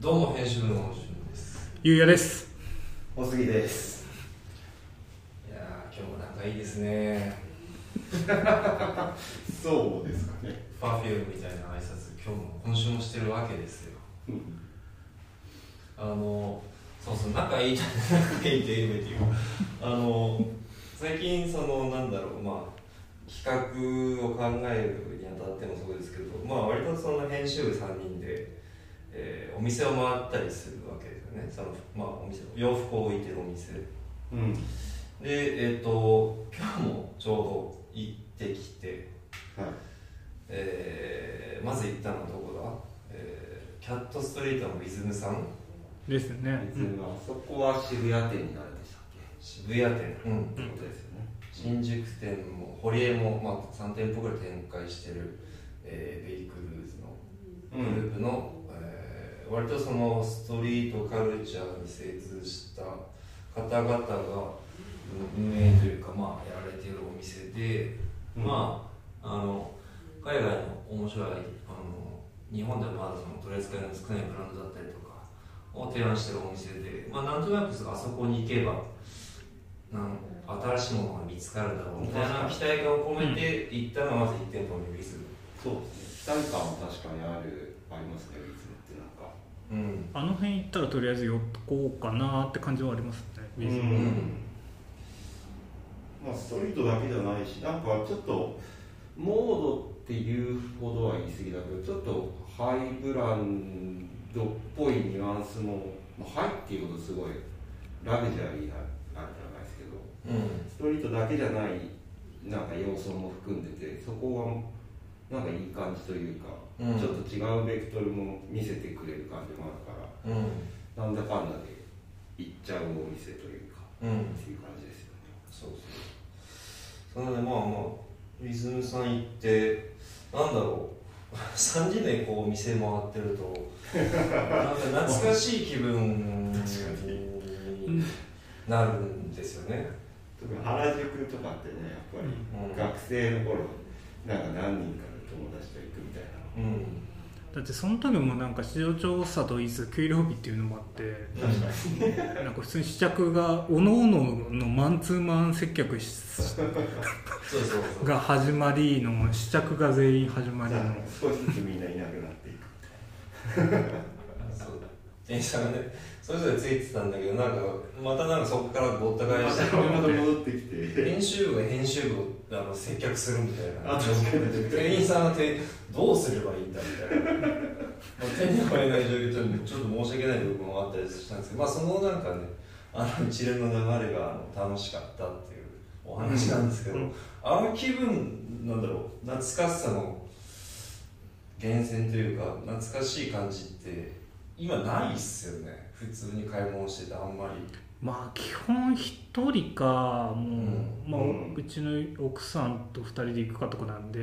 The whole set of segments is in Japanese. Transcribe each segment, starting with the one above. どうも編集部の主任ですゆうやですおすぎですいやー今日もなんかいいですねそうですかねパフュームみたいな挨拶今日も今週もしてるわけですよあのそうそう仲いい仲いいっていうていうあの最近そのなんだろうまあ企画を考えるにあたってもそうですけどまあ割とその編集部3人で、えーお店を回ったりするわけですよねその、まあ、お店洋服を置いてるお店うんでえっ、と今日もちょうど行ってきて、はいえーまず行ったのはどこだ、えーキャットストリートのリズムさんですね、うんあそこは渋谷店になるんでしたっけ渋谷店、うんってことですよね新宿店も堀江も、まあ、3店舗ぐらい展開してる、えーベイクルーズのグループの、えー割とそのストリートカルチャーに精通した方々が運営というか、まあ、やられているお店で、うんまああの海外の面白いあの日本ではまだその取り扱いの少ないブランドだったりとかを提案してるお店で、まあ、なんとなくあそこに行けばなん新しいものが見つかるだろうみたいな期待を込めて行ったのがまず1店舗のリズム。そうですね期待感も確かにあるありますねいつもってなんかうんあの辺行ったらとりあえず寄っとこうかなって感じはありますね、ウィズうんうんまあストリートだけじゃないしなんかちょっとモードっていうほどは言い過ぎだけどちょっとハイブランドっぽいニュアンスも、まあ、ハイっていうほどすごいラグジュアリーなあれじゃないですけどうんストリートだけじゃないなんか要素も含んでてそこはなんかいい感じというか、うんちょっと違うベクトルも見せてくれる感じもあるかうんらなんだかんだで行っちゃうお店というか、うんっていう感じですよねそうそうそれでまあまあリズムさん行ってなんだろう 3時でこう店回ってるとなんか懐かしい気分になるんですよね特に原宿とかってねやっぱりうん学生の頃なんか何人かの友達と行くみたいなうんだってその時もなんか市場調査と言いつつ給料日っていうのもあって確かなんか普通に試着がおのおののマンツーマン接客しそうそうそうが始まりの試着が全員始まりじゃのあ少しずつみんないなくなってい くそう店員さんがねそれぞれついてたんだけどなんかまたなんかそこからごった返してまた戻ってきて編集部が編集部をあの接客するみたいなあ確かに店員さんがてどうすればいいんだみたいな、まあ、手に負えない状況でちょっと申し訳ない部分もあったりしたんですけど、まあ、そのなんかねあの一連の流れがあの楽しかったっていうお話なんですけど、うんあの気分なんだろう懐かしさの源泉というか懐かしい感じって今ないっすよね普通に買い物しててあんまり。まあ基本一人かもう、まあうんうちの奥さんと二人で行くかとかなんで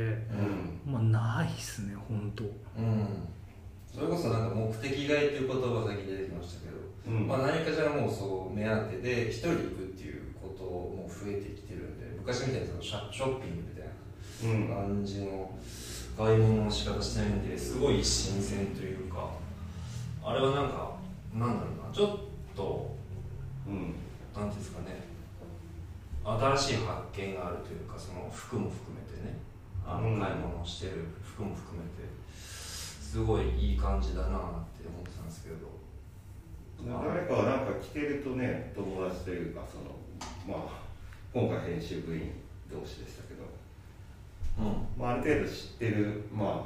うんまあないっすね本当うん、それこそなんか目的外という言葉が先に出てきましたけど、うんまあ、何かしらもうそう目当てで一人で行くっていうことも増えてきてるんで昔みたいにそのシャショッピングみたいうんな感じの買い物の仕方してないんですごい新鮮というかあれはなんかなんだろうなちょっとうんなんていうんですかね新しい発見があるというかその服も含めてねあのうん買い物をしてる服も含めてすごいいい感じだなって思ってたんですけど誰かはなんか着てるとね友達というかそのまあ今回編集部員同士でしたけど、うんまあ、ある程度知ってるまあ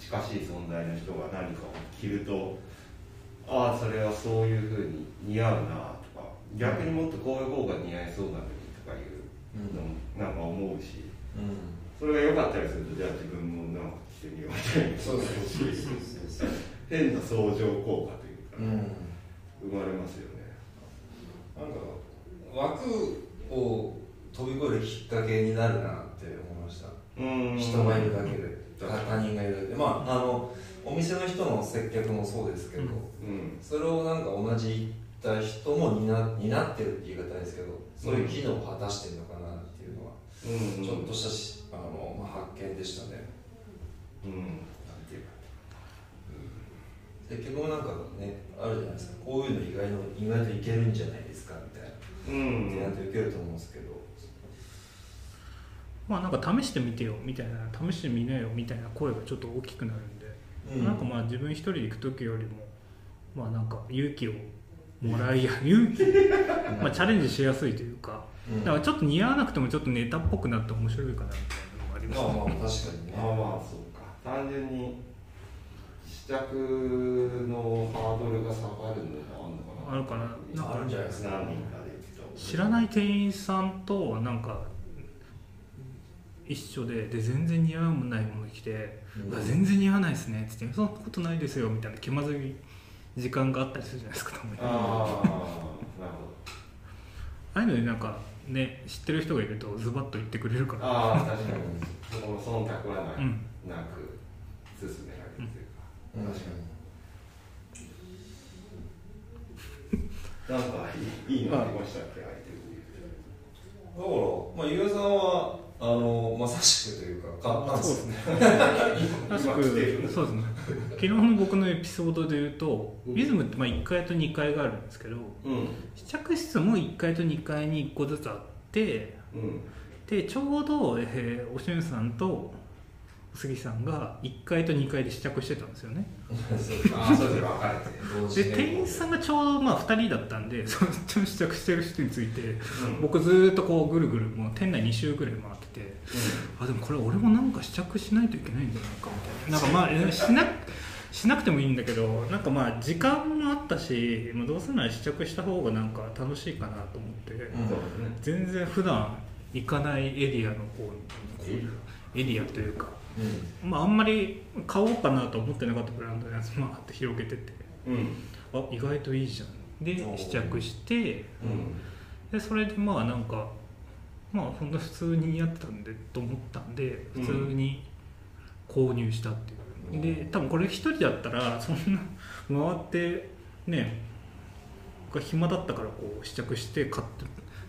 近しい存在の人が何かを着るとああそれはそういうふうに似合うなとか逆にもっとこういう方が似合いそうなのにとかいうのもなんか思うしうんそれが良かったりするとじゃあ自分もなんか着てみようみたいなそうそうそうそうそう 変な相乗効果というか、うん生まれますよねなんか枠を飛び越えるきっかけになるなって思いましたうん人がいるだけで確か他に人がいるだけでまああのお店の人の接客もそうですけど、うんうんそれをなんか同じ行った人も担担ってるって言い方ですけどそういう機能を果たしてるのかなっていうのは、うんちょっとしたしあの、まあ、発見でしたねうんなんていうか、結局なんかねあるじゃないですかこういうの意外の意外といけるんじゃないですかみたいなうん提案って受けると思うんですけど、まあなんか試してみてよみたいな試してみなよみたいな声がちょっと大きくなるんで、なんかまあ自分一人で行く時よりもまあなんか勇気をもらいや 勇気まあチャレンジしやすいというかうんだからちょっと似合わなくてもちょっとネタっぽくなって面白いかなみたいなのがありますまあまあ確ねかにねまあまあそうか単純に試着のハードルが下がるのもあるのかなあるかなあるんじゃないですか何人かで知らない店員さんとなんか一緒でで全然似合わないもの着て「うんうわ全然似合わないですね」っつって「そんなことないですよ」みたいな気まずい時間があったりするじゃないですかたまにあああなるほどあいうのでなんかね知ってる人がいるとズバッと言ってくれるからああ確かにそこの忖度はな,、うんなく進められるというか、うん確かになんかいいいいのありましたっけ相手にだから、まあ、ゆうさんはあのまさしくというか買ったんですそようですね今確か来てるそうですね昨日の僕のエピソードで言うとリズムってまあ1階と2階があるんですけどうん試着室も1階と2階に1個ずつあってうんでちょうど、えーおしゅんさんとお杉さんが1階と2階で試着してたんですよねああそうですね分かれて同時で並行店員さんがちょうどまあ2人だったんでその試着してる人についてうん僕ずーっとこうぐるぐるもう店内2周ぐらい回っててあでもこれ俺もなんか試着しないといけないんじゃないかみたいななんかまあえしなしなくてもいいんだけどなんかまあ時間もあったし、まあ、どうせなら試着した方がなんか楽しいかなと思って、うんそうですね全然普段行かないエリアの方にこういうエリアというか、うんまあ、あんまり買おうかなと思ってなかったブランドのやつもあって広げててうんうんあ意外といいじゃんでおー試着してうんでそれでまあなんかまあほんと普通にやってたんでと思ったんでうん普通に購入したっていうう、んで多分これ一人だったらそんな回ってね僕が暇だったからこう試着して買っ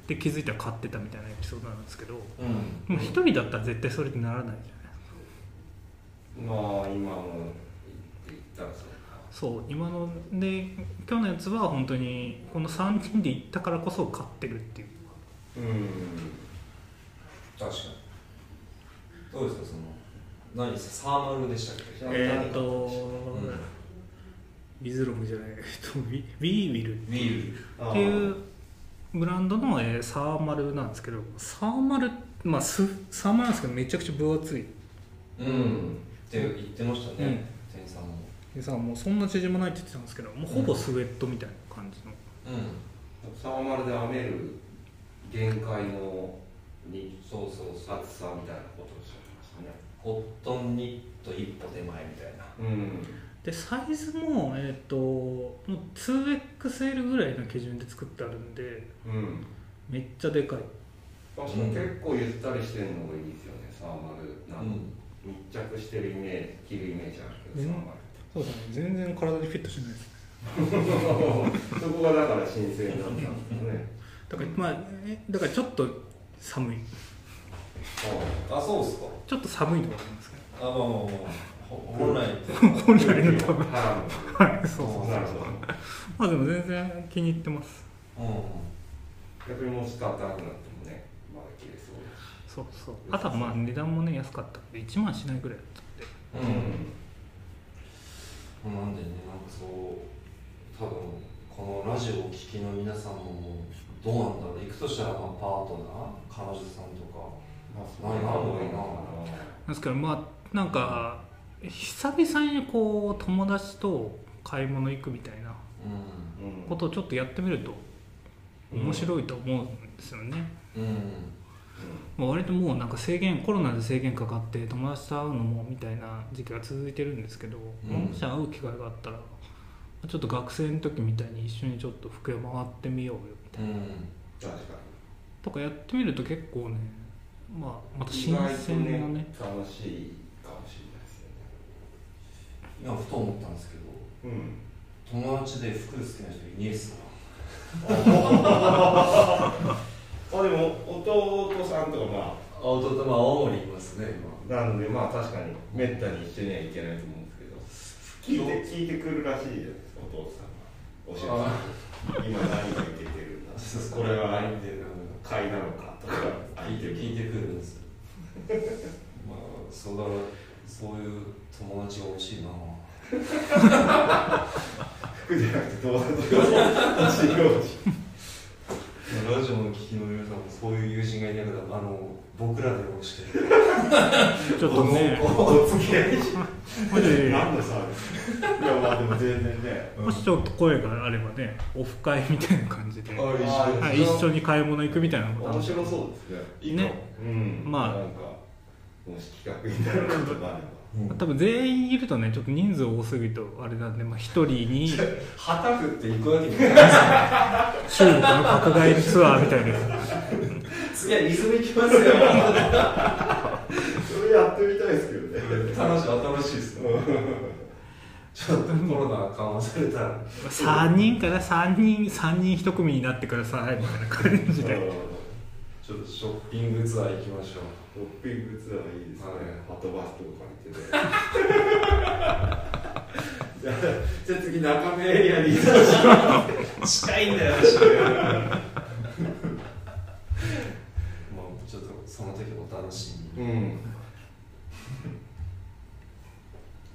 てで気づいたら買ってたみたいなエピソードなんですけどうんでも一人だったら絶対それにならないじゃないまあ今も言ったらそうかそう今ので今日のやつは本当にこの3人で行ったからこそ買ってるっていううん確かにどうですかその何ですかサーマルでしたっけえーっとうんウィズロムじゃないえっとウィウィーウィルビールっていうブランドの、えーサーマルなんですけどサーマルまあすサーマルなんですけどめちゃくちゃ分厚いうんって言ってましたね、うん店員さんもでさもうそんな縮まないって言ってたんですけどもうほぼスウェットみたいな感じの、うんサーマルで編める限界のにそうそうそう厚さみたいなことをおっしゃってましたねコットンニット一歩手前みたいなうんでサイズもえーっ、ともう 2XL ぐらいの基準で作ってあるんでうんめっちゃでかい確かに結構ゆったりしてるのがいいですよねサーマルなんか密着してるイメージ着るイメージあるけどうんサーマルそうですね全然体にフィットしないです そこがだから新鮮だったんですねだからまあえだからちょっと寒いああそうっすかちょっと寒いとこありますけどあまあまあまあまあほ本来って本来の多分ハはいそうラムなるほどまあでも全然気に入ってますう逆にもうスカートなくなってもねまだ着れそうだしそうそうあとはまあ値段もね安かったんで1万しないぐらいだったんでんうんなんでねなんかそう多分このラジオを聴きの皆さんもどうなんだろう行くとしたらまあパートナー彼女さんとかまあそんなのがいいのかななんですけどまあなんか久々にこう友達と買い物行くみたいなううんことをちょっとやってみると面白いと思うんですよね、んうんまあ割ともうなんか制限コロナで制限かかって友達と会うのもみたいな時期が続いてるんですけど、んもし会う機会があったらちょっと学生の時みたいに一緒にちょっと服屋回ってみようよみたういな、ん確かとかやってみると結構ね、まあ、またに新鮮なね意外と楽しいかもしれないですよね今ふと思ったんですけどうん友達で服好きな人いねえっすかあでも弟さんとかまああ弟まあ青森いますね今なのでまあ確かにめったに一緒には行けないと思うんですけど聞いて聞いてくるらしいよお父さんはおしあさん今何がいけてるんだそうそうこれは相手なのか買いなのかとか聞いて聞いてくるんですよまあそうだなそういう友達が欲しいな服じゃなくて友達が欲しいよラジオの聞きの皆さんもそういう友人がいながらあの僕らでもしてちょっとねお付き合 いしもし何のサービスいやまあでも全然ねもしちょっと声があればねオフ会みたいな感じで、はあい、一緒に買い物行くみたいなことある面白そうですねいいかも、ねうんまあなんかもし企画になることがあればうん多分全員いるとねちょっと人数多すぎるとあれなんで、まあ、1人にはたくって行くわけにいかないですよ中国の爆買いツアーみたいな 次はリズム行きますよそれやってみたいですけどね楽しい楽しいですねちょっとコロナ緩和されたら3人から3人3人1組になってくださいみたいな感じでちょっとショッピングツアー行きましょうトッピングツアーいいですね、はいハトバスとか借りてね じゃあじゃあ次中目エリアに移動し近いんだよ私まあちょっとその時お楽しみに、うん